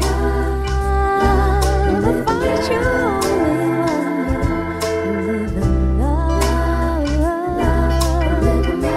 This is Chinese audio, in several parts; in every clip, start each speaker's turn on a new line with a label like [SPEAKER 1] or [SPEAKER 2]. [SPEAKER 1] Love, find you only one. Live in love,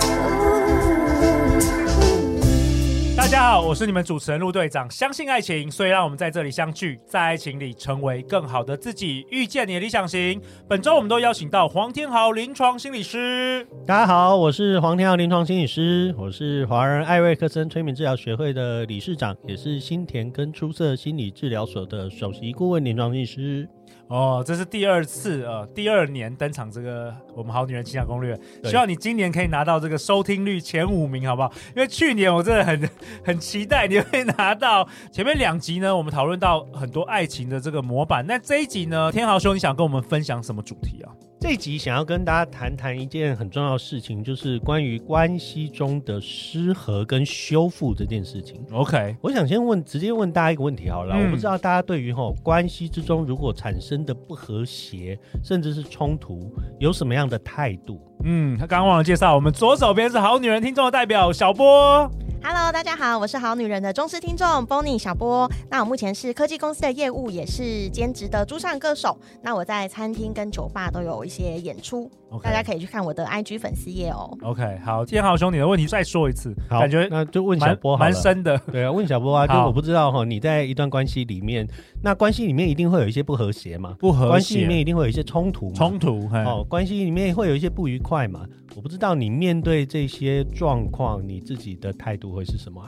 [SPEAKER 1] live in love.
[SPEAKER 2] 大家好，我是你们主持人陆队长。相信爱情，所以让我们在这里相聚，在爱情里成为更好的自己，遇见你的理想型。本周我们都邀请到黄天豪临床心理师。
[SPEAKER 3] 大家好，我是黄天耀临床心理师，我是华人艾瑞克森催眠治疗学会的理事长，也是新田跟出色心理治疗所的首席顾问临床心理师。
[SPEAKER 2] 哦，这是第二次呃，第二年登场这个我们好女人情感攻略，
[SPEAKER 3] 对
[SPEAKER 2] 希望你今年可以拿到这个收听率前五名，好不好？因为去年我真的很 很期待你会拿到。前面两集呢，我们讨论到很多爱情的这个模板，那这一集呢，天豪兄，你想跟我们分享什么主题啊？
[SPEAKER 3] 这一集想要跟大家谈谈一件很重要的事情，就是关于关系中的失和跟修复这件事情。
[SPEAKER 2] OK，
[SPEAKER 3] 我想先问，直接问大家一个问题好了，
[SPEAKER 2] 嗯
[SPEAKER 3] 我不知道大家对于吼关系之中如果产生的不和谐，甚至是冲突，有什么样的态度？
[SPEAKER 2] 嗯，他刚刚忘了介绍，我们左手边是好女人听众的代表小波。
[SPEAKER 4] Hello，大家好，我是好女人的忠实听众 Bonnie 小波。那我目前是科技公司的业务，也是兼职的驻唱歌手。那我在餐厅跟酒吧都有一些演出
[SPEAKER 2] OK
[SPEAKER 4] 大家可以去看我的 IG 粉丝页哦。
[SPEAKER 2] OK，好，天豪兄，你的问题再说一次，
[SPEAKER 3] 好，
[SPEAKER 2] 感觉
[SPEAKER 3] 那就问小
[SPEAKER 2] 蛮
[SPEAKER 3] 波好了
[SPEAKER 2] 蛮。深的。
[SPEAKER 3] 对啊，问小波啊，就
[SPEAKER 2] 好
[SPEAKER 3] 我不知道哈，你在一段关系里面，那关系里面一定会有一些不和谐嘛，
[SPEAKER 2] 不和谐
[SPEAKER 3] 关系里面一定会有一些冲突嘛，
[SPEAKER 2] 冲突，嘿
[SPEAKER 3] 哦，关系里面会有一些不愉快嘛。我不知道你面对这些状况，你自己的态度会是什么啊、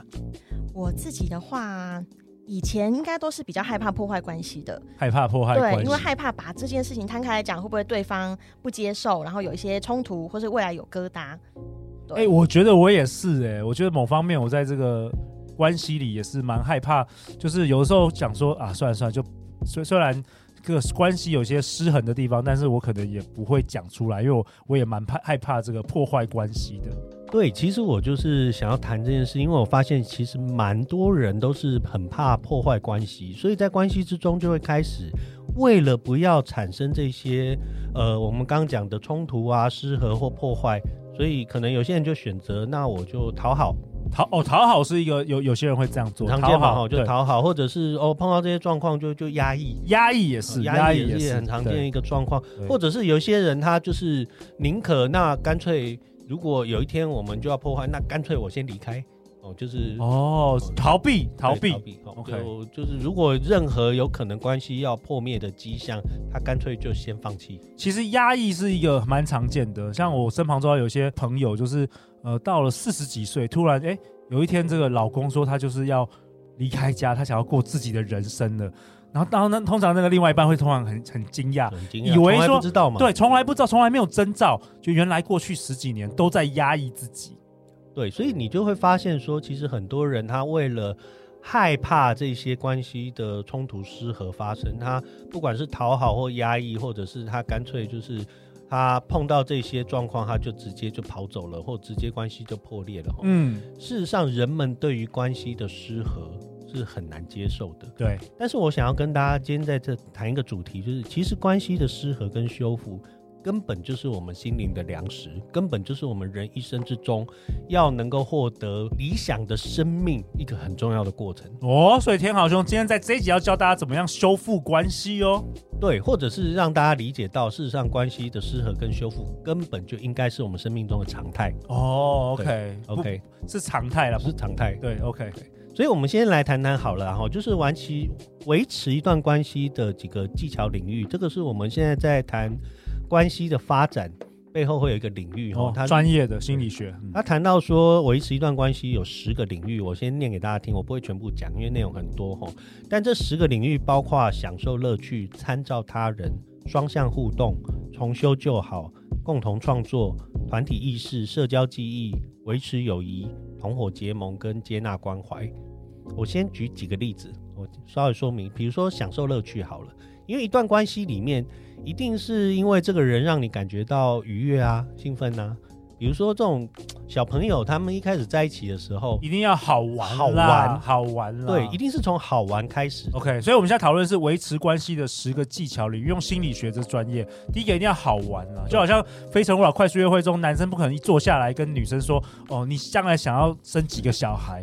[SPEAKER 4] 我自己的话，以前应该都是比较害怕破坏关系的，
[SPEAKER 2] 害怕破坏关
[SPEAKER 4] 对，
[SPEAKER 2] 系，
[SPEAKER 4] 因为害怕把这件事情摊开来讲，会不会对方不接受，然后有一些冲突，或是未来有疙瘩。
[SPEAKER 2] 哎、我觉得我也是、哎，我觉得某方面我在这个关系里也是蛮害怕，就是有的时候想说啊，算了算了，就虽虽然。这个关系有些失衡的地方，但是我可能也不会讲出来，因为我我也蛮怕害怕这个破坏关系的。
[SPEAKER 3] 对，其实我就是想要谈这件事，因为我发现其实蛮多人都是很怕破坏关系，所以在关系之中就会开始，为了不要产生这些呃我们刚刚讲的冲突啊、失和或破坏，所以可能有些人就选择那我就讨好，
[SPEAKER 2] 讨哦，讨好是一个有有些人会这样做，
[SPEAKER 3] 很常见嘛，
[SPEAKER 2] 讨好
[SPEAKER 3] 哦就
[SPEAKER 2] 对
[SPEAKER 3] 讨好，或者是哦碰到这些状况就就压抑。
[SPEAKER 2] 压抑也是，
[SPEAKER 3] 哦压抑
[SPEAKER 2] 也
[SPEAKER 3] 也是很常见的
[SPEAKER 2] 对
[SPEAKER 3] 一个状况
[SPEAKER 2] 对，
[SPEAKER 3] 或者是有一些人他就是宁可那干脆，如果有一天我们就要破坏，那干脆我先离开哦，就是
[SPEAKER 2] 哦，逃避，逃
[SPEAKER 3] 对
[SPEAKER 2] 避
[SPEAKER 3] 逃。避。哦
[SPEAKER 2] OK
[SPEAKER 3] 就就是如果任何有可能关系要破灭的迹象，他干脆就先放弃。
[SPEAKER 2] 其实压抑是一个蛮常见的，像我身旁周遭有些朋友，就是呃，到了四十几岁，突然哎，有一天这个老公说他就是要离开家，他想要过自己的人生了。然后当然，通常那个另外一半会通常很很惊讶，
[SPEAKER 3] 很惊讶
[SPEAKER 2] 以为
[SPEAKER 3] 从来
[SPEAKER 2] 说
[SPEAKER 3] 不知道嘛？
[SPEAKER 2] 对，从来不知道，从来没有征兆，就原来过去十几年都在压抑自己。
[SPEAKER 3] 对，所以你就会发现说，其实很多人他为了害怕这些关系的冲突失和发生，他不管是讨好或压抑，或者是他干脆就是他碰到这些状况，他就直接就跑走了，或直接关系就破裂了。嗯，
[SPEAKER 2] 嗯，
[SPEAKER 3] 事实上，人们对于关系的失和是很难接受的。
[SPEAKER 2] 对，
[SPEAKER 3] 但是我想要跟大家今天在这谈一个主题，就是其实关系的失和跟修复，根本就是我们心灵的粮食，根本就是我们人一生之中要能够获得理想的生命一个很重要的过程。
[SPEAKER 2] 哦，所以天豪兄今天在这一集要教大家怎么样修复关系哦。
[SPEAKER 3] 对，或者是让大家理解到，事实上关系的失和跟修复根本就应该是我们生命中的常态。
[SPEAKER 2] 哦，OK 不
[SPEAKER 3] OK，
[SPEAKER 2] 是常态啦，
[SPEAKER 3] 不是常态。
[SPEAKER 2] 对，OK，
[SPEAKER 3] 所以我们先来谈谈好了啊哈，就是玩其维持一段关系的几个技巧领域，这个是我们现在在谈关系的发展背后会有一个领域哈，它
[SPEAKER 2] 哦专业的心理学，嗯
[SPEAKER 3] 他谈到说，维持一段关系有十个领域，我先念给大家听，我不会全部讲，因为内容很多哈。但这十个领域包括享受乐趣、参照他人、双向互动、重修旧好、共同创作、团体意识、社交记忆、维持友谊、同伙结盟跟接纳关怀。我先举几个例子，我稍微说明，比如说享受乐趣好了，因为一段关系里面，一定是因为这个人让你感觉到愉悦啊、兴奋啊，比如说这种小朋友，他们一开始在一起的时候，
[SPEAKER 2] 一定要好玩啦，
[SPEAKER 3] 好玩
[SPEAKER 2] 好玩啦，
[SPEAKER 3] 对，一定是从好玩开始。
[SPEAKER 2] OK，所以我们现在讨论是维持关系的十个技巧里，用心理学这专业，第一个一定要好玩啊，就好像《非诚勿扰》快速约会中，男生不可能一坐下来跟女生说：“哦，你将来想要生几个小孩？”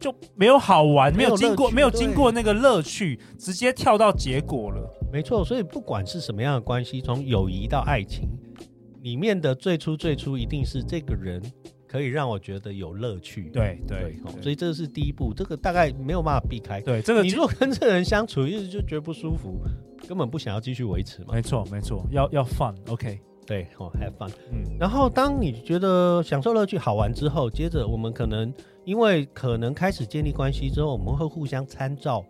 [SPEAKER 2] 就没有好玩，没
[SPEAKER 3] 没有
[SPEAKER 2] 有经过，
[SPEAKER 3] 乐趣
[SPEAKER 2] 没有经过那个乐趣，直接跳到结果了。
[SPEAKER 3] 没错，所以不管是什么样的关系，从友谊到爱情，里面的最初最初一定是这个人可以让我觉得有乐趣。
[SPEAKER 2] 对
[SPEAKER 3] 对
[SPEAKER 2] 对，
[SPEAKER 3] 哦
[SPEAKER 2] 对
[SPEAKER 3] 所以这是第一步，这个大概没有办法避 开。
[SPEAKER 2] 对这个
[SPEAKER 3] 你如果跟这个人相处，一直就觉得不舒服，根本不想要继续维持嘛。
[SPEAKER 2] 没错没错，要要 fun，OK，、
[SPEAKER 3] 对，哦，have fun。
[SPEAKER 2] 嗯，
[SPEAKER 3] 然后当你觉得享受乐趣好玩之后，接着我们可能因为可能开始建立关系之后，我们会互相参照，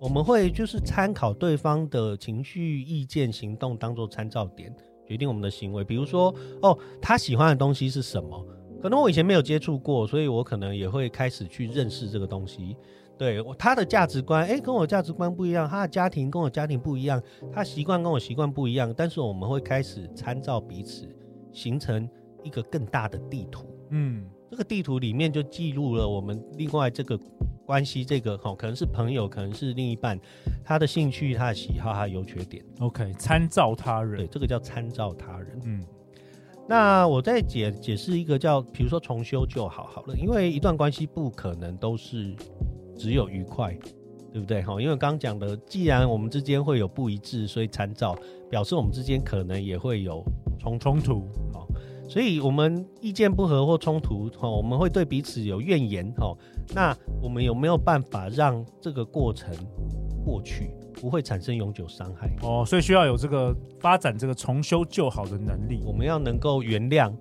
[SPEAKER 3] 我们会就是参考对方的情绪、意见、行动当做参照点，决定我们的行为。比如说，哦，他喜欢的东西是什么？可能我以前没有接触过，所以我可能也会开始去认识这个东西。对我，他的价值观，哎，跟我价值观不一样，他的家庭跟我家庭不一样，他习惯跟我习惯不一样，但是我们会开始参照彼此，形成一个更大的地图。
[SPEAKER 2] 嗯，
[SPEAKER 3] 这个地图里面就记录了我们另外这个关系，这个哈、哦、可能是朋友，可能是另一半，他的兴趣、他的喜好、他的优缺点。
[SPEAKER 2] OK，参照他
[SPEAKER 3] 对，
[SPEAKER 2] 人，
[SPEAKER 3] 这个叫参照他人。
[SPEAKER 2] 嗯，
[SPEAKER 3] 那我再解解释一个叫，比如说重修就好好了，因为一段关系不可能都是只有愉快，对不对？哈，因为刚刚讲的，既然我们之间会有不一致，所以参照表示我们之间可能也会有冲突，
[SPEAKER 2] 冲突，
[SPEAKER 3] 所以我们意见不合或冲突，哈，我们会对彼此有怨言，哈。那我们有没有办法让这个过程过去，不会产生永久伤害？
[SPEAKER 2] 哦，所以需要有这个发展这个重修旧好的能力。
[SPEAKER 3] 我们要能够原谅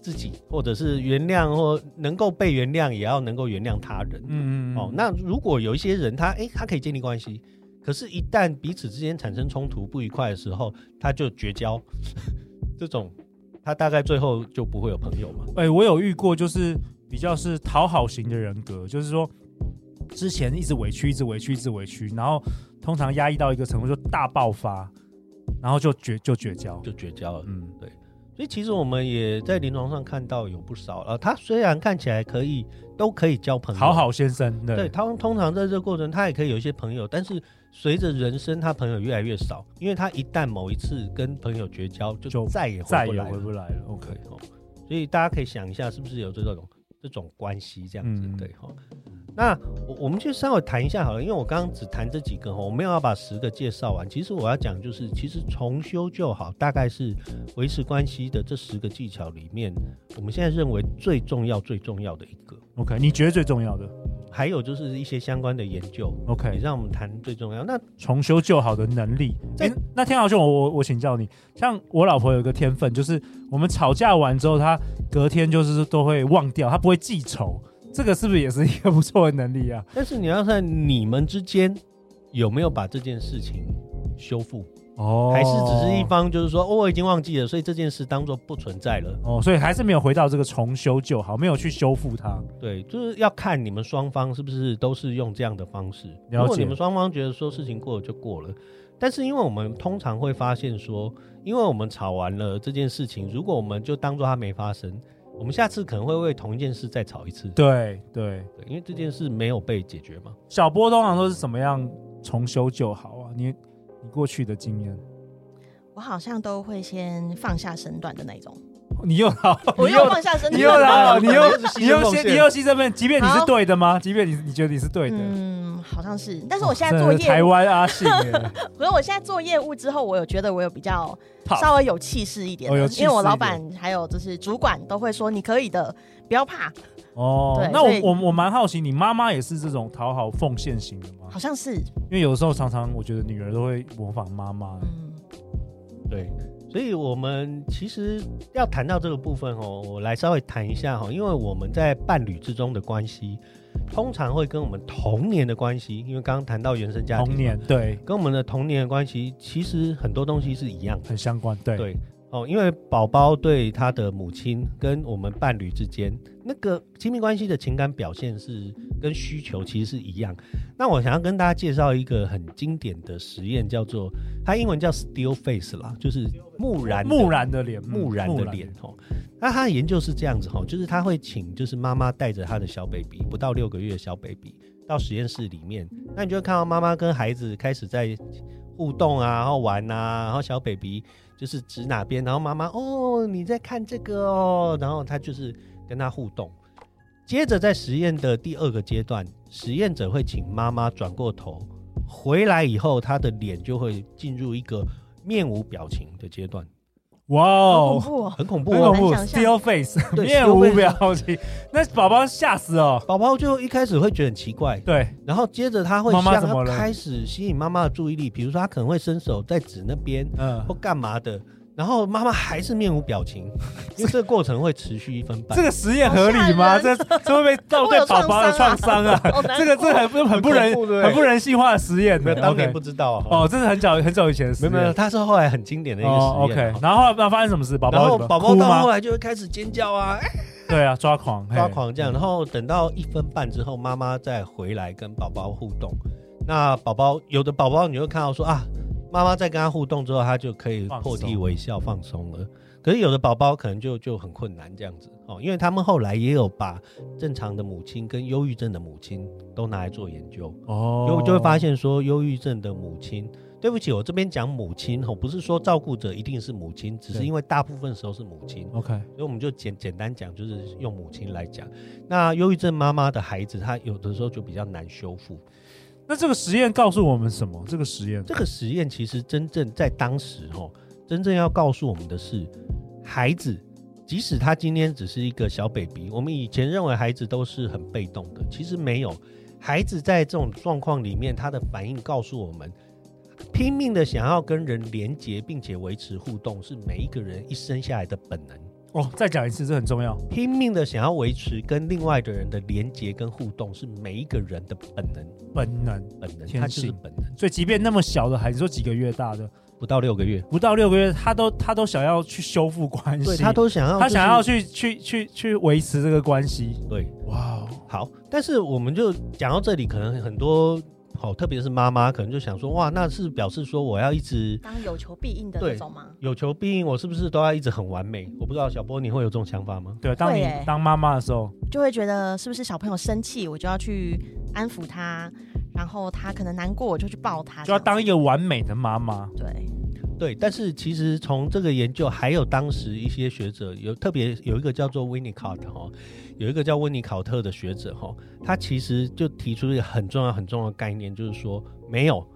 [SPEAKER 3] 自己，或者是原谅或能够被原谅，也要能够原谅他人。
[SPEAKER 2] 嗯嗯嗯
[SPEAKER 3] 哦，那如果有一些人他诶，他可以建立关系，可是，一旦彼此之间产生冲突、不愉快的时候，他就绝交， 这种他大概最后就不会有朋友嘛。
[SPEAKER 2] 哎、我有遇过，就是比较是讨好型的人格，就是说之前一直委屈，一直委屈，一直委屈，然后通常压抑到一个程度就大爆发，然后就绝就绝交。
[SPEAKER 3] 就绝交了。
[SPEAKER 2] 嗯，
[SPEAKER 3] 所以其实我们也在临床上看到有不少啊，他虽然看起来可以都可以交朋友，
[SPEAKER 2] 讨好先生，对，
[SPEAKER 3] 对，他们通常在这个过程，他也可以有一些朋友，但是随着人生，他朋友越来越少，因为他一旦某一次跟朋友绝交，就
[SPEAKER 2] 就
[SPEAKER 3] 再也
[SPEAKER 2] 再
[SPEAKER 3] 回不
[SPEAKER 2] 也
[SPEAKER 3] 来
[SPEAKER 2] 回
[SPEAKER 3] 了。
[SPEAKER 2] 不来了。OK，
[SPEAKER 3] 对哦，所以大家可以想一下，是不是有这种这种关系这样子？
[SPEAKER 2] 嗯
[SPEAKER 3] 对哈、哦。那我我们就稍微谈一下好了，因为我刚刚只谈这几个哈，我没有要把十个介绍完。其实我要讲就是，其实重修就好，大概是维持关系的这十个技巧里面，我们现在认为最重要最重要的一个。
[SPEAKER 2] OK，你觉得最重要的
[SPEAKER 3] 还有就是一些相关的研究，也
[SPEAKER 2] ？OK，
[SPEAKER 3] 让我们谈最重要。那
[SPEAKER 2] 重修旧好的能力。哎、
[SPEAKER 3] 在
[SPEAKER 2] 那天豪兄，我我我请教你，像我老婆有一个天分，就是我们吵架完之后，她隔天就是都会忘掉，她不会记仇。这个是不是也是一个不错的能力啊？
[SPEAKER 3] 但是你要看你们之间有没有把这件事情修复，
[SPEAKER 2] 哦
[SPEAKER 3] 还是只是一方就是说、哦、我已经忘记了，所以这件事当做不存在了。
[SPEAKER 2] 哦，所以还是没有回到这个重修旧好，没有去修复它。
[SPEAKER 3] 对，就是要看你们双方是不是都是用这样的方式。
[SPEAKER 2] 解
[SPEAKER 3] 如果你们双方觉得说事情过了就过了，但是因为我们通常会发现说，因为我们吵完了这件事情，如果我们就当做它没发生，我们下次可能会为同一件事再吵一次，
[SPEAKER 2] 对对，
[SPEAKER 3] 对因为这件事没有被解决嘛。
[SPEAKER 2] 小波通常都是怎么样重修旧好啊？你你过去的经验，
[SPEAKER 4] 我好像都会先放下身段的那种，
[SPEAKER 2] 你又好，
[SPEAKER 4] 我
[SPEAKER 2] 你
[SPEAKER 4] 又
[SPEAKER 2] 又
[SPEAKER 4] 放下身
[SPEAKER 2] 你
[SPEAKER 4] 段
[SPEAKER 2] 又
[SPEAKER 4] 了。
[SPEAKER 2] 好，你又你又
[SPEAKER 3] 奉
[SPEAKER 2] 先
[SPEAKER 3] 献
[SPEAKER 2] 你又牺牲份，即便你是
[SPEAKER 4] 好
[SPEAKER 2] 对的吗？即便你你觉得你是对的，
[SPEAKER 4] 嗯，好像是，但是
[SPEAKER 2] 哇
[SPEAKER 4] 我现在
[SPEAKER 2] 真
[SPEAKER 4] 做
[SPEAKER 2] 哦的是
[SPEAKER 4] 业
[SPEAKER 2] 台
[SPEAKER 4] 务，
[SPEAKER 2] 湾阿信 耶，
[SPEAKER 4] 可是我现在做业务之后，我有觉得我有比较
[SPEAKER 2] Tough
[SPEAKER 4] 稍微有气势一点
[SPEAKER 2] 哦
[SPEAKER 4] 的
[SPEAKER 2] 有，气
[SPEAKER 4] 因为我
[SPEAKER 2] 势一
[SPEAKER 4] 老
[SPEAKER 2] 点
[SPEAKER 4] 板还有就是主管都会说你可以的，不要怕，
[SPEAKER 2] 哦
[SPEAKER 4] 对，
[SPEAKER 2] 那
[SPEAKER 4] 所以
[SPEAKER 2] 我我我蛮好奇，你妈妈也是这种讨好奉献型的吗
[SPEAKER 4] 好？像是，
[SPEAKER 2] 因为有时候常常我觉得女儿都会模仿妈妈。
[SPEAKER 4] 嗯，
[SPEAKER 3] 对，所以我们其实要谈到这个部分哦，我来稍微谈一下哈、哦，因为我们在伴侣之中的关系，通常会跟我们童年的关系，因为刚刚谈到原生家庭，
[SPEAKER 2] 童年对
[SPEAKER 3] 跟我们的童年的关系，其实很多东西是一样的。
[SPEAKER 2] 很相关，对
[SPEAKER 3] 对，哦，因为宝宝对他的母亲跟我们伴侣之间那个亲密关系的情感表现是跟需求其实是一样。那我想要跟大家介绍一个很经典的实验，叫做它英文叫 Still Face 啦，就是木然
[SPEAKER 2] 木
[SPEAKER 3] 的
[SPEAKER 2] 然的脸，嗯
[SPEAKER 3] 木然的脸，哦。那他的研究是这样子哈，就是他会请就是妈妈带着他的小 baby，不到六个月的小 baby 到实验室里面，那你就会看到妈妈跟孩子开始在互动啊，然后玩啊，然后小 baby 就是指哪边，然后妈妈哦你在看这个哦，然后他就是跟他互动。接着在实验的第二个阶段，实验者会请妈妈转过头回来以后，他的脸就会进入一个面无表情的阶段，
[SPEAKER 2] 哇
[SPEAKER 4] 好恐
[SPEAKER 2] 哦，
[SPEAKER 4] 怖哦！
[SPEAKER 3] 很恐怖
[SPEAKER 2] 很
[SPEAKER 3] 哦。
[SPEAKER 2] 恐怖
[SPEAKER 4] 很想象
[SPEAKER 2] ，still face，
[SPEAKER 3] 对
[SPEAKER 2] 面
[SPEAKER 3] still
[SPEAKER 2] 无
[SPEAKER 3] face
[SPEAKER 2] 表情，那宝宝吓死哦。
[SPEAKER 3] 宝宝就一开始会觉得很奇怪，
[SPEAKER 2] 对，
[SPEAKER 3] 然后接着他会
[SPEAKER 2] 妈妈
[SPEAKER 3] 向
[SPEAKER 2] 怎么了
[SPEAKER 3] 开始吸引妈妈的注意力，比如说他可能会伸手在指那边
[SPEAKER 2] 嗯
[SPEAKER 3] 或，干嘛的，然后妈妈还是面无表 情，因为这个过程会持续一分半。
[SPEAKER 2] 这个实验合理吗？
[SPEAKER 4] 好吓
[SPEAKER 2] 这 这会不会造
[SPEAKER 4] 会有
[SPEAKER 2] 对宝宝的创伤
[SPEAKER 4] 创
[SPEAKER 2] 啊？
[SPEAKER 4] 好难
[SPEAKER 2] 这个
[SPEAKER 4] 过
[SPEAKER 2] 这很不 很不人
[SPEAKER 3] 很恐怖对
[SPEAKER 2] 很不人性化的实验
[SPEAKER 3] 没
[SPEAKER 2] 呢
[SPEAKER 3] 有，。当
[SPEAKER 2] OK
[SPEAKER 3] 年不知道啊
[SPEAKER 2] 哦，，这是很早很早以前的实
[SPEAKER 3] 没
[SPEAKER 2] 验。
[SPEAKER 3] 有没有，它是后来很经典的一个
[SPEAKER 2] 哦
[SPEAKER 3] 实验
[SPEAKER 2] ，OK
[SPEAKER 3] 啊。。
[SPEAKER 2] 然后后来发生什么事？宝
[SPEAKER 3] 然
[SPEAKER 2] 宝
[SPEAKER 3] 后
[SPEAKER 2] 怎么
[SPEAKER 3] 宝宝
[SPEAKER 2] 哭
[SPEAKER 3] 到后
[SPEAKER 2] 吗？
[SPEAKER 3] 来就会开始尖叫啊，
[SPEAKER 2] 对啊，抓狂，嘿嗯
[SPEAKER 3] 抓。狂这样，然后等到一分半之后，妈妈再回来跟宝宝互动。那宝宝有的宝宝你会看到说啊，妈妈在跟他互动之后，他就可以
[SPEAKER 2] 放
[SPEAKER 3] 破涕
[SPEAKER 2] 松
[SPEAKER 3] 为笑放松了。可是有的宝宝可能就就很困难这样子哦，因为他们后来也有把正常的母亲跟忧郁症的母亲都拿来做研究，
[SPEAKER 2] 哦
[SPEAKER 3] 就，就会发现说，忧郁症的母亲，对不起，我这边讲母亲哦，不是说照顾者一定是母亲，只是
[SPEAKER 2] 对
[SPEAKER 3] 因为大部分时候是母亲，
[SPEAKER 2] OK，
[SPEAKER 3] 所以我们就简简单讲，就是用母亲来讲。那忧郁症妈妈的孩子，他有的时候就比较难修复。
[SPEAKER 2] 那这个实验告诉我们什么？这个实验
[SPEAKER 3] 这个实验其实真正在当时哦，真正要告诉我们的是，孩子即使他今天只是一个小 baby，我们以前认为孩子都是很被动的，其实没有。孩子在这种状况里面，他的反应告诉我们，拼命的想要跟人连接并且维持互动，是每一个人一生下来的本能。
[SPEAKER 2] 哦，再讲一次，这很重要。
[SPEAKER 3] 拼命的想要维持跟另外的人的连接跟互动，是每一个人的本能，
[SPEAKER 2] 本能，
[SPEAKER 3] 本
[SPEAKER 2] 天
[SPEAKER 3] 能，
[SPEAKER 2] 性
[SPEAKER 3] 他就是本能。
[SPEAKER 2] 所以即便那么小的孩子，说几个月大的，
[SPEAKER 3] 不到六个月，
[SPEAKER 2] 不到六个月，他都他都想要去修复关系，
[SPEAKER 3] 对他都想要、
[SPEAKER 2] 他想要，去去去去维持这个关系。
[SPEAKER 3] 对，
[SPEAKER 2] 哇哦，
[SPEAKER 3] 好。但是我们就讲到这里，可能很多，好、特别是妈妈，可能就想说，哇，那是表示说我要一直
[SPEAKER 4] 当有求必应的
[SPEAKER 3] 对
[SPEAKER 4] 那种吗？
[SPEAKER 3] 有求必应，我是不是都要一直很完美？我不知道小波你会有这种想法吗？
[SPEAKER 2] 对，当
[SPEAKER 4] 会
[SPEAKER 2] 你
[SPEAKER 4] 耶
[SPEAKER 2] 当妈妈的时候，
[SPEAKER 4] 就会觉得是不是小朋友生气，我就要去安抚他，然后他可能难过，我就去抱他，
[SPEAKER 2] 就要
[SPEAKER 4] 这样
[SPEAKER 2] 当一个完美的妈妈。
[SPEAKER 4] 子对
[SPEAKER 3] 对，但是其实从这个研究，还有当时一些学者有特别有一个叫做温尼考特哈，有一个叫温尼考特的学者哈，他其实就提出一个很重要很重要的概念，就是说没有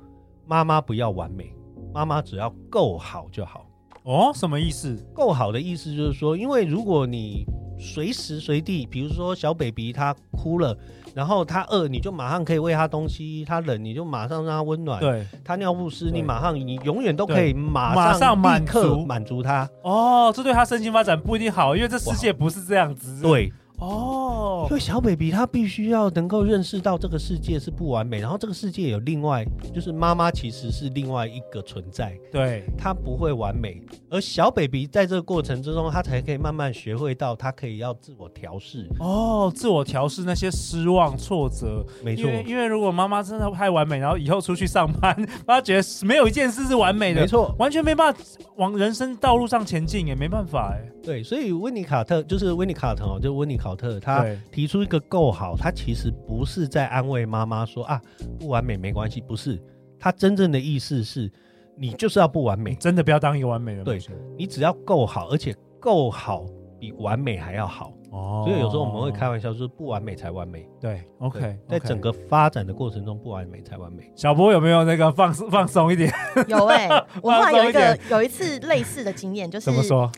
[SPEAKER 3] 妈妈不要完美，妈妈只要够好就好。
[SPEAKER 2] 哦，什么意思？
[SPEAKER 3] 够好的意思就是说，因为如果你随时随地，比如说小 baby 他哭了，然后他饿，你就马上可以喂他东西；他冷，你就马上让他温暖；
[SPEAKER 2] 对，
[SPEAKER 3] 他尿不湿，
[SPEAKER 2] 对
[SPEAKER 3] 你马上你永远都可以马上
[SPEAKER 2] 马上满
[SPEAKER 3] 立刻
[SPEAKER 2] 足
[SPEAKER 3] 满足他。
[SPEAKER 2] 哦，这对他身心发展不一定好，因为这世界不是这样子。，
[SPEAKER 3] 对，
[SPEAKER 2] 哦
[SPEAKER 3] 因，为小 baby 他必须要能够认识到这个世界是不完美，然后这个世界有另外，就是妈妈其实是另外一个存在，
[SPEAKER 2] 对，
[SPEAKER 3] 他不会完美，而小 baby 在这个过程之中，他才可以慢慢学会到他可以要自我调试。
[SPEAKER 2] 哦，自我调试那些失望、挫折，
[SPEAKER 3] 没
[SPEAKER 2] 因
[SPEAKER 3] 错，
[SPEAKER 2] 为因为如果妈妈真的太完美，然后以后出去上班， 妈觉得没有一件事是完美的
[SPEAKER 3] 没，错，
[SPEAKER 2] 完全没办法往人生道路上前进，也没办法哎。
[SPEAKER 3] 对，所以温尼卡特就是温尼卡特哦，就温尼考特，他
[SPEAKER 2] 对，
[SPEAKER 3] 提出一个够好，他其实不是在安慰妈妈说啊不完美没关系，不是，他真正的意思是，你就是要不完
[SPEAKER 2] 你
[SPEAKER 3] 美，
[SPEAKER 2] 真的不要当一个完美的
[SPEAKER 3] 对
[SPEAKER 2] 母亲
[SPEAKER 3] 你只要够好，而且够好比完美还要好。
[SPEAKER 2] 哦
[SPEAKER 3] 所以有时候我们会开玩笑说不完美才完美。
[SPEAKER 2] 对
[SPEAKER 3] 对
[SPEAKER 2] ，OK，
[SPEAKER 3] 在整个发展的过程中，不完美才完美。
[SPEAKER 2] 小波有没有那个放 松放松一点？
[SPEAKER 4] 有 哎、我后来有一
[SPEAKER 2] 放
[SPEAKER 4] 个有一次类似的经验，就是
[SPEAKER 2] 怎么说？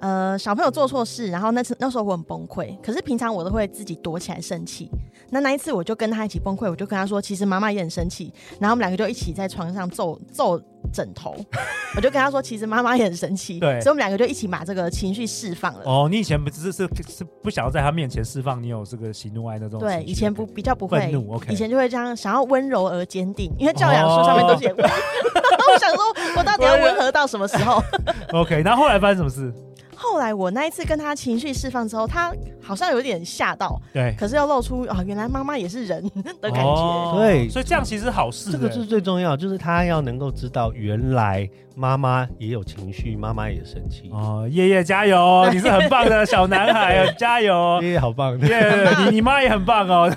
[SPEAKER 4] 呃，小朋友做错事，然后那次那时候我很崩溃，可是平常我都会自己躲起来生气。那那一次我就跟他一起崩溃，我就跟他说，其实妈妈也很生气，然后我们两个就一起在床上揍揍枕头。 我就跟他说，其实妈妈也很生气，
[SPEAKER 2] 对
[SPEAKER 4] 所以我们两个就一起把这个情绪释放了。
[SPEAKER 2] 哦，你以前不只是是是不想要在他面前释放你有这个喜怒哀那种
[SPEAKER 4] 对，
[SPEAKER 2] 情绪
[SPEAKER 4] 以前不比较不会
[SPEAKER 2] 愤怒，OK 哦
[SPEAKER 4] 以前就会这样想要温柔而坚定，因为教养书上面都写温柔 我想说，我到底要温和到什么时候？
[SPEAKER 2] OK，然后后来发生什么事？
[SPEAKER 4] 后来我那一次跟他情绪释放之后，他好像有点吓到，
[SPEAKER 2] 对，
[SPEAKER 4] 可是又露出啊，原来妈妈也是人的感觉。
[SPEAKER 2] 哦
[SPEAKER 3] 对
[SPEAKER 2] 所以这样其实是好事、欸
[SPEAKER 3] 这个是最重要，就是他要能够知道，原来妈妈也有情绪，妈妈也生气。
[SPEAKER 2] 哦，夜夜加油 哦，你是很棒的小男孩哦，加油哦！
[SPEAKER 3] 耶，好棒！
[SPEAKER 2] 耶、你你妈也很棒哦。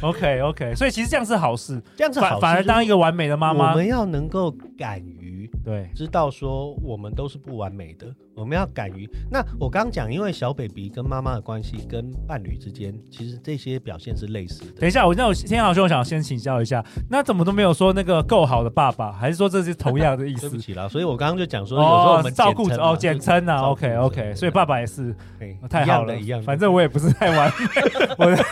[SPEAKER 2] OK OK，所以其实这样是好事，
[SPEAKER 3] 这样子
[SPEAKER 2] 反
[SPEAKER 3] 好，
[SPEAKER 2] 反而当一个完美的妈妈
[SPEAKER 3] 我，们要能够敢于
[SPEAKER 2] 对，
[SPEAKER 3] 知道说我们都是不完美的，我们要敢于。那我刚讲，因为小 baby 跟妈妈的关系跟伴侣之间，其实这些表现是类似的。
[SPEAKER 2] 等一下，我那我天豪兄，我想先请教一下，那怎么都没有说那个够好的爸爸，还是说这是同样的意
[SPEAKER 3] 对
[SPEAKER 2] 思
[SPEAKER 3] 不？起啦，所以我刚刚就讲说，有时候我们
[SPEAKER 2] 哦照顾者哦，简称
[SPEAKER 3] 啊
[SPEAKER 2] 啊，OK OK，所以爸爸也是，哦太好了
[SPEAKER 3] 一样的，，
[SPEAKER 2] 反正我也不是太完美， 我的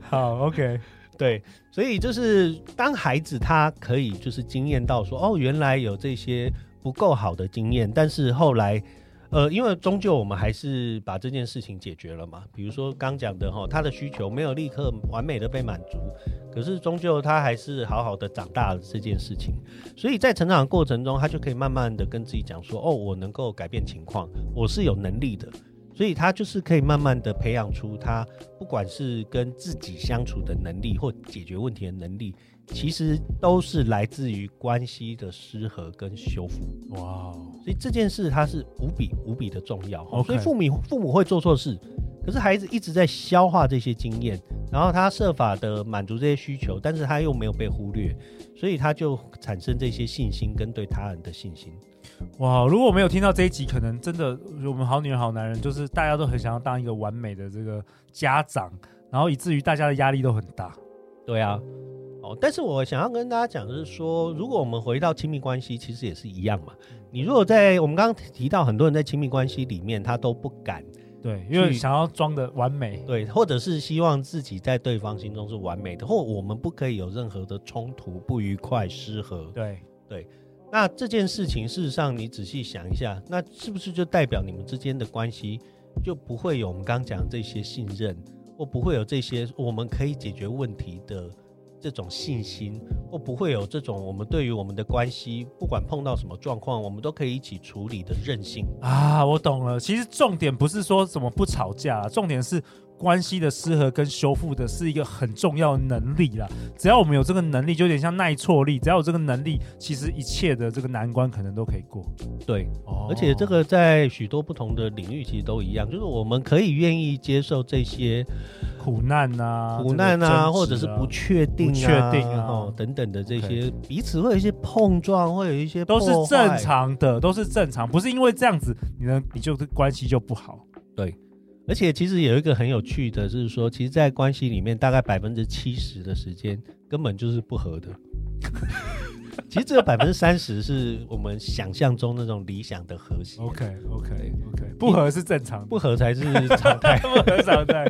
[SPEAKER 2] 好 OK，
[SPEAKER 3] 对，所以就是当孩子他可以就是经验到说，哦，原来有这些不够好的经验，但是后来，呃，因为终究我们还是把这件事情解决了嘛。比如说刚讲的哈，他的需求没有立刻完美的被满足，可是终究他还是好好的长大了这件事情。所以在成长的过程中，他就可以慢慢的跟自己讲说，哦，我能够改变情况，我是有能力的。所以他就是可以慢慢的培养出他不管是跟自己相处的能力或解决问题的能力，其实都是来自于关系的失和跟修复。
[SPEAKER 2] 哇哦。
[SPEAKER 3] 所以这件事它是无比无比的重要。
[SPEAKER 2] OK
[SPEAKER 3] 所以父母父母会做错事，可是孩子一直在消化这些经验，然后他设法的满足这些需求，但是他又没有被忽略，所以他就产生这些信心跟对他人的信心。
[SPEAKER 2] 哇！如果我没有听到这一集，可能真的我们好女人、好男人，就是大家都很想要当一个完美的这个家长，然后以至于大家的压力都很大。
[SPEAKER 3] 对啊，哦，但是我想要跟大家讲，就是说，如果我们回到亲密关系，其实也是一样嘛。你如果在我们刚刚提到，很多人在亲密关系里面，他都不敢
[SPEAKER 2] 对，因为
[SPEAKER 3] 去
[SPEAKER 2] 想要装的完美。
[SPEAKER 3] 对，或者是希望自己在对方心中是完美的，或我们不可以有任何的冲突、不愉快、失和。
[SPEAKER 2] 对，
[SPEAKER 3] 那这件事情，事实上你仔细想一下，那是不是就代表你们之间的关系就不会有我们刚讲这些信任，或不会有这些我们可以解决问题的这种信心，或不会有这种我们对于我们的关系，不管碰到什么状况，我们都可以一起处理的韧性。
[SPEAKER 2] 啊，我懂了。其实重点不是说怎么不吵架、重点是关系的失和跟修复的是一个很重要的能力啦。只要我们有这个能力，就有点像耐挫力。只要有这个能力，其实一切的这个难关可能都可以过。
[SPEAKER 3] 对，
[SPEAKER 2] 哦
[SPEAKER 3] 而且这个在许多不同的领域其实都一样，就是我们可以愿意接受这些
[SPEAKER 2] 苦难啊，
[SPEAKER 3] 苦难
[SPEAKER 2] 这
[SPEAKER 3] 啊，
[SPEAKER 2] 个争执
[SPEAKER 3] 或者是不确定、啊、
[SPEAKER 2] 不确定啊
[SPEAKER 3] 哦等等的这些，彼此会有一些碰撞，会有一些
[SPEAKER 2] 都
[SPEAKER 3] 破
[SPEAKER 2] 是
[SPEAKER 3] 坏
[SPEAKER 2] 正。常的，都是正常，不是因为这样子，你呢你就是关系就不好。
[SPEAKER 3] 而且其实有一个很有趣的，就是说，其实，在关系里面，大概百分之七十的时间根本就是不合 的。其实只有百分之三十是我们想象中那种理想的和谐
[SPEAKER 2] OK OK OK，不合是正常的，
[SPEAKER 3] 不合才是常态。
[SPEAKER 2] 不合常 态。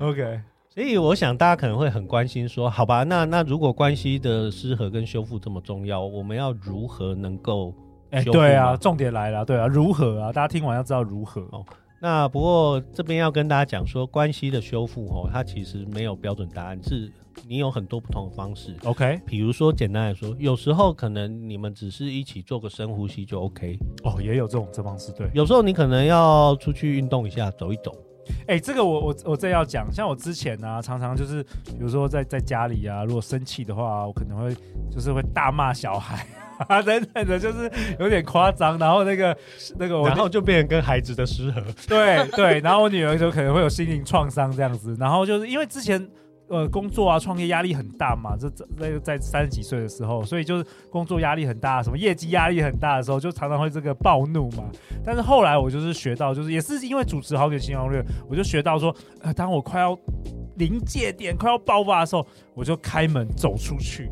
[SPEAKER 2] OK，
[SPEAKER 3] 所以我想大家可能会很关心说，好吧，那那如果关系的失和跟修复这么重要，我们要如何能够？
[SPEAKER 2] 哎、
[SPEAKER 3] 修复
[SPEAKER 2] 对啊，
[SPEAKER 3] 吗
[SPEAKER 2] 重点来了，对啊，如何啊？大家听完要知道如何。
[SPEAKER 3] 哦那不过这边要跟大家讲说，关系的修复哦，它其实没有标准答案，是你有很多不同的方式。
[SPEAKER 2] OK，
[SPEAKER 3] 比如说，简单来说，有时候可能你们只是一起做个深呼吸就 OK，
[SPEAKER 2] 哦，也有这种这方式，对。
[SPEAKER 3] 有时候你可能要出去运动一下，走一 走。
[SPEAKER 2] 哎、这个我我我这要讲，像我之前啊，常常就是比如说在在家里啊，如果生气的话，我可能会就是会大骂小孩 啊，等等的，就是有点夸张。然后那个那个我
[SPEAKER 3] 然后就变成跟孩子的失和，
[SPEAKER 2] 对对，然后我女儿就可能会有心灵创伤这样子，然后就是因为之前。呃，工作啊，创业压力很大嘛，这这那个在三十几岁的时候，所以就是工作压力很大，什么业绩压力很大的时候，就常常会这个暴怒嘛。但是后来我就是学到，就是也是因为主持《好女新攻略》，我就学到说，呃，当我快要临界点、快要爆发的时候，我就开门走出去，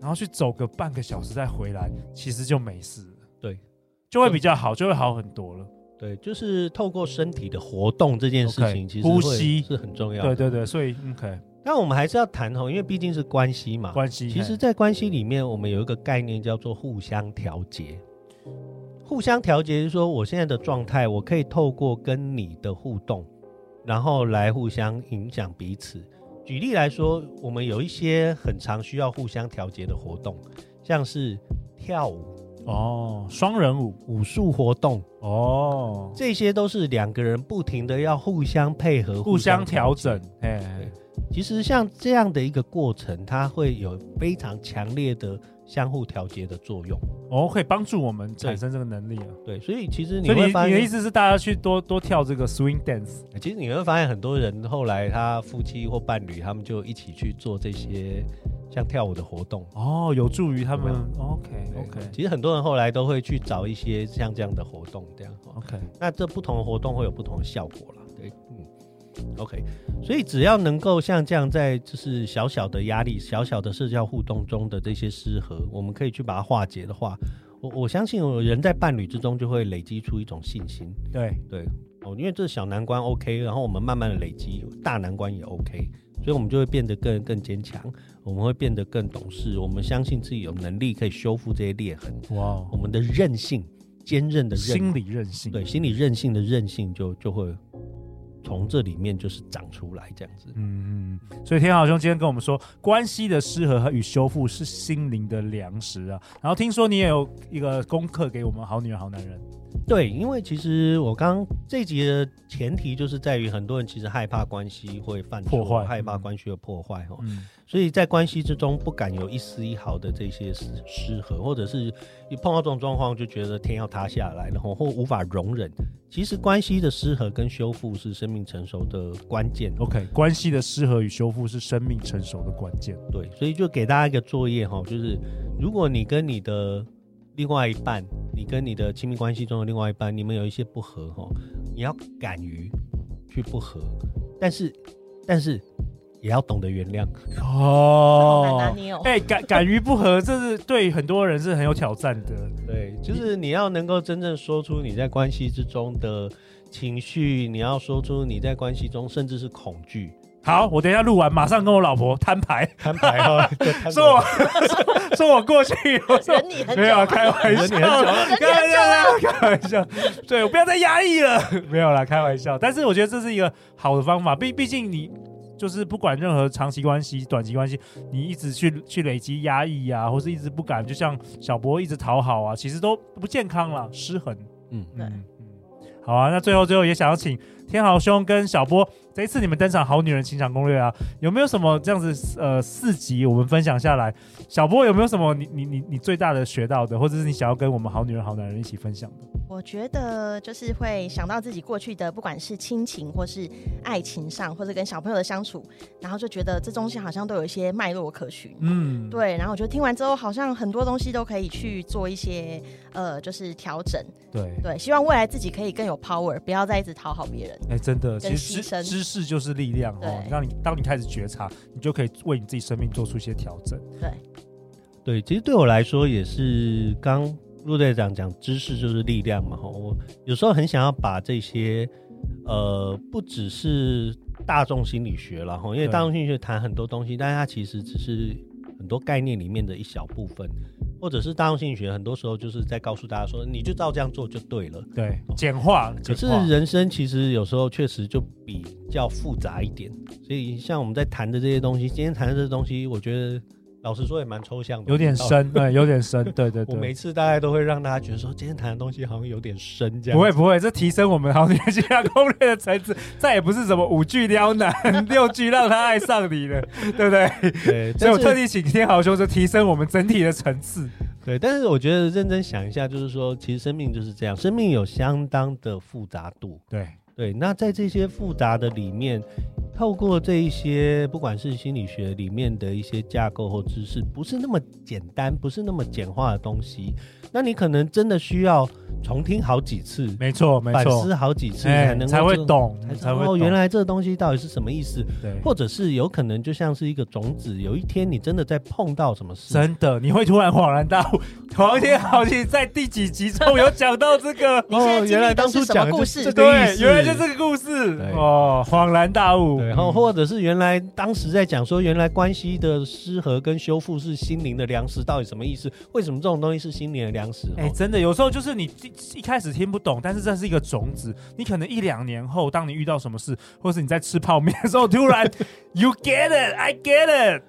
[SPEAKER 2] 然后去走个半个小时再回来，其实就没事了。
[SPEAKER 3] 对，
[SPEAKER 2] 就会比较好，就会好很多了。
[SPEAKER 3] 对，就是透过身体的活动这件事
[SPEAKER 2] OK，
[SPEAKER 3] 情，其实
[SPEAKER 2] 呼
[SPEAKER 3] 会
[SPEAKER 2] 吸
[SPEAKER 3] 是很重要的。
[SPEAKER 2] 对对对，所以 OK
[SPEAKER 3] 但我们还是要谈哦，因为毕竟是关系嘛。
[SPEAKER 2] 关系
[SPEAKER 3] 啊其实，
[SPEAKER 2] 嘿
[SPEAKER 3] 在关系里面，我们有一个概念叫做互相调节。互相调节是说，我现在的状态，我可以透过跟你的互动，然后来互相影响彼此。举例来说，我们有一些很常需要互相调节的活动，像是跳舞、
[SPEAKER 2] 哦，双人舞
[SPEAKER 3] 武术活动，
[SPEAKER 2] 哦，
[SPEAKER 3] 这些都是两个人不停的要互相配合、
[SPEAKER 2] 互相调
[SPEAKER 3] 节
[SPEAKER 2] 整。，哎，
[SPEAKER 3] 其实像这样的一个过程，它会有非常强烈的相互调节的作用。
[SPEAKER 2] 哦，可以帮助我们产生这个能力啊。
[SPEAKER 3] 对，所以其实你
[SPEAKER 2] 所以你
[SPEAKER 3] 会发
[SPEAKER 2] 你的意
[SPEAKER 3] 现，
[SPEAKER 2] 思是大家去多多跳这个 swing dance？
[SPEAKER 3] 其实你会发现很多人后来他夫妻或伴侣，他们就一起去做这些像跳舞的活动。
[SPEAKER 2] 哦，有助于他们哦
[SPEAKER 3] 有。
[SPEAKER 2] OK
[SPEAKER 3] 对
[SPEAKER 2] OK
[SPEAKER 3] 其实很多人后来都会去找一些像这样的活动，这样。
[SPEAKER 2] OK，
[SPEAKER 3] 那这不同的活动会有不同的效果啦。对，嗯，OK，所以只要能够像这样，在就是小小的压力、小小的社交互动中的这些失和，我们可以去把它化解的话，我我相信我人在伴侣之中就会累积出一种信心。
[SPEAKER 2] 对，
[SPEAKER 3] 对，哦，因为这小难关 OK，然后我们慢慢的累积，大难关也 OK，所以我们就会变得更更坚强，我们会变得更懂事，我们相信自己有能力可以修复这些裂痕，
[SPEAKER 2] 哇哦
[SPEAKER 3] 我，们的韧性、坚韧的韧
[SPEAKER 2] 心理韧性。
[SPEAKER 3] 对，心理韧性的韧性就就会从这里面就是长出来这样子。
[SPEAKER 2] 嗯，嗯，所以天豪兄今天跟我们说，关系的失和和与修复是心灵的粮食啊。然后听说你也有一个功课给我们好女人、好男人。
[SPEAKER 3] 对，因为其实我刚这集的前提就是在于很多人其实害怕关系会犯
[SPEAKER 2] 破
[SPEAKER 3] 错
[SPEAKER 2] 坏
[SPEAKER 3] 害怕
[SPEAKER 2] 嗯
[SPEAKER 3] 关系的破坏哦，
[SPEAKER 2] 嗯，
[SPEAKER 3] 所以在关系之中不敢有一丝一毫的这些失失和，或者是一碰到这种状况就觉得天要塌下来了，然后或无法容忍。其实关系的失和跟修复是生命成熟的关键哦
[SPEAKER 2] OK，关系的失和与修复是生命成熟的关键。
[SPEAKER 3] 对，所以就给大家一个作业哈，就是如果你跟你的另外一半，你跟你的亲密关系中的另外一半，你们有一些不和哈，你要敢于去不和，但是但是也要懂得原谅。
[SPEAKER 4] 好难拿
[SPEAKER 2] 哦，
[SPEAKER 4] 捏哦。
[SPEAKER 2] 哎、敢敢于不和，这是对很多人是很有挑战的。
[SPEAKER 3] 对，就是你要能够真正说出你在关系之中的情绪，你要说出你在关系中甚至是恐惧。
[SPEAKER 2] 好，我等一下录完，马上跟我老婆摊牌，
[SPEAKER 3] 摊牌 哦，就摊牌
[SPEAKER 2] 说我 说说我过去， 我说
[SPEAKER 4] 忍你很久
[SPEAKER 2] 没有啊，开玩笑，
[SPEAKER 3] 忍你很久
[SPEAKER 2] 开玩笑啦，开玩笑，对我不要再压抑了，没有啦，开玩笑。但是我觉得这是一个好的方法，毕毕竟你就是不管任何长期关系、短期关系，你一直去去累积压抑啊，或是一直不敢，就像小博一直讨好啊，其实都不健康啦，失衡。
[SPEAKER 3] 嗯
[SPEAKER 4] 对
[SPEAKER 2] 嗯，好啊，那最后最后也想要请天豪兄跟小波，这一次你们登场《好女人情场攻略》啊，有没有什么这样子呃四集我们分享下来，小波有没有什么你你你你最大的学到的，或者是你想要跟我们好女人好男人一起分享的？
[SPEAKER 4] 我觉得就是会想到自己过去的，不管是亲情或是爱情上，或者跟小朋友的相处，然后就觉得这东西好像都有一些脉络可循。
[SPEAKER 2] 嗯，
[SPEAKER 4] 对，然后我觉得听完之后，好像很多东西都可以去做一些呃，就是调整。
[SPEAKER 2] 对。
[SPEAKER 4] 对，希望未来自己可以更有 power，不要再一直讨好别人。
[SPEAKER 2] 哎、真的，其
[SPEAKER 4] 跟
[SPEAKER 2] 实
[SPEAKER 4] 牺
[SPEAKER 2] 知
[SPEAKER 4] 牲
[SPEAKER 2] 知识就是力量哦。
[SPEAKER 4] 对。
[SPEAKER 2] 让你当你开始觉察，你就可以为你自己生命做出一些调整。
[SPEAKER 3] 对，其实对我来说也是刚陆队长讲，知识就是力量嘛。吼，我有时候很想要把这些，呃，不只是大众心理学了，吼，因为
[SPEAKER 2] 对
[SPEAKER 3] 大众心理学谈很多东西，但是它其实只是很多概念里面的一小部分，或者是大众心理学很多时候就是在告诉大家说，你就照这样做就对了。
[SPEAKER 2] 对，简化，
[SPEAKER 3] 可
[SPEAKER 2] 简
[SPEAKER 3] 是
[SPEAKER 2] 化。
[SPEAKER 3] 人生其实有时候确实就比较复杂一点，所以像我们在谈的这些东西，今天谈的这些东西，我觉得老实说也蛮抽象的，
[SPEAKER 2] 有点
[SPEAKER 3] 到
[SPEAKER 2] 深，对，有点深，对对
[SPEAKER 3] 哦我
[SPEAKER 2] 对。
[SPEAKER 3] 每次大概都会让大家觉得说，今天谈的东西好像有点深，这样
[SPEAKER 2] 不会不会，这提升我们好女人情感攻略的层 次，再也不是什么五句撩男，六句让他爱上你了，对不对？
[SPEAKER 3] 对，
[SPEAKER 2] 所以我特
[SPEAKER 3] 但是
[SPEAKER 2] 地请天豪兄就提升我们整体的层次。
[SPEAKER 3] 对，但是我觉得认真想一下，就是说，其实生命就是这样，生命有相当的复杂度。
[SPEAKER 2] 对，
[SPEAKER 3] 对，那在这些复杂的里面，透过这一些不管是心理学里面的一些架构或知识，不是那么简单，不是那么简化的东西，那你可能真的需要重听好几次，
[SPEAKER 2] 没错没
[SPEAKER 3] 反
[SPEAKER 2] 错
[SPEAKER 3] 思，好几次，
[SPEAKER 2] 哎
[SPEAKER 3] 才能够
[SPEAKER 2] 才会
[SPEAKER 3] 知道。
[SPEAKER 2] 懂，
[SPEAKER 3] 才知
[SPEAKER 2] 才
[SPEAKER 3] 道
[SPEAKER 2] 会
[SPEAKER 3] 哦，
[SPEAKER 2] 懂
[SPEAKER 3] 原来这个东西到底是什么意思？
[SPEAKER 2] 对，
[SPEAKER 3] 或者是有可能就像是一个种子，有一天你真的在碰到什么事，
[SPEAKER 2] 真的你会突然恍然大悟。 黄天豪其实在第几集中有讲到这个
[SPEAKER 4] 你现在
[SPEAKER 3] 哦
[SPEAKER 4] 经历
[SPEAKER 3] 原来
[SPEAKER 4] 的
[SPEAKER 3] 当
[SPEAKER 4] 是
[SPEAKER 3] 初
[SPEAKER 4] 什
[SPEAKER 3] 讲
[SPEAKER 4] 么
[SPEAKER 3] 的
[SPEAKER 4] 故
[SPEAKER 3] 就是这？
[SPEAKER 4] 事
[SPEAKER 3] 个
[SPEAKER 2] 对
[SPEAKER 3] 意，思
[SPEAKER 2] 原来就是这个故事
[SPEAKER 3] 对
[SPEAKER 2] 哦，恍然大悟。
[SPEAKER 3] 对，然后
[SPEAKER 2] 嗯
[SPEAKER 3] 或者是原来当时在讲说，原来关系的失和跟修复是心灵的粮食，到底什么意思？为什么这种东西是心灵的粮食？
[SPEAKER 2] 哎、
[SPEAKER 3] 哦
[SPEAKER 2] 真的，有时候就是你一一开始听不懂，但是这是一个种子。你可能一两年后，当你遇到什么事，或是你在吃泡面的时候，突然 you get it, I get it。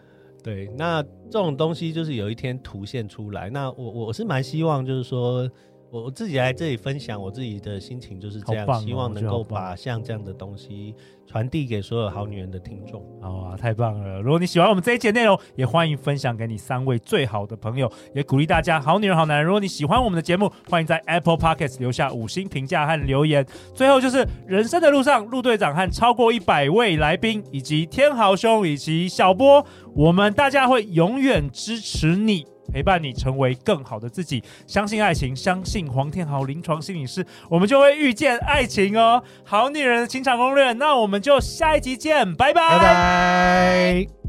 [SPEAKER 3] 对，那这种东西就是有一天凸现出来。那我我我是蛮希望，就是说我我自己来这里分享我自己的心情就是这样，
[SPEAKER 2] 好棒哦
[SPEAKER 3] 希望
[SPEAKER 2] 我
[SPEAKER 3] 能
[SPEAKER 2] 觉得好
[SPEAKER 3] 够
[SPEAKER 2] 棒
[SPEAKER 3] 把像这样的东西传递给所有好女人的听众。
[SPEAKER 2] 好啊，太棒了！如果你喜欢我们这一节内容，也欢迎分享给你三位最好的朋友，也鼓励大家好女人好男人。如果你喜欢我们的节目，欢迎在 Apple Podcast 留下五星评价和留言。最后就是人生的路上，陆队长和超过一百位来宾，以及天豪兄以及小波，我们大家会永远支持你。陪伴你成为更好的自己，相信爱情，相信黄天豪临床心理师，我们就会遇见爱情哦。好女人的情场攻略，那我们就下一集见，拜
[SPEAKER 3] 拜拜。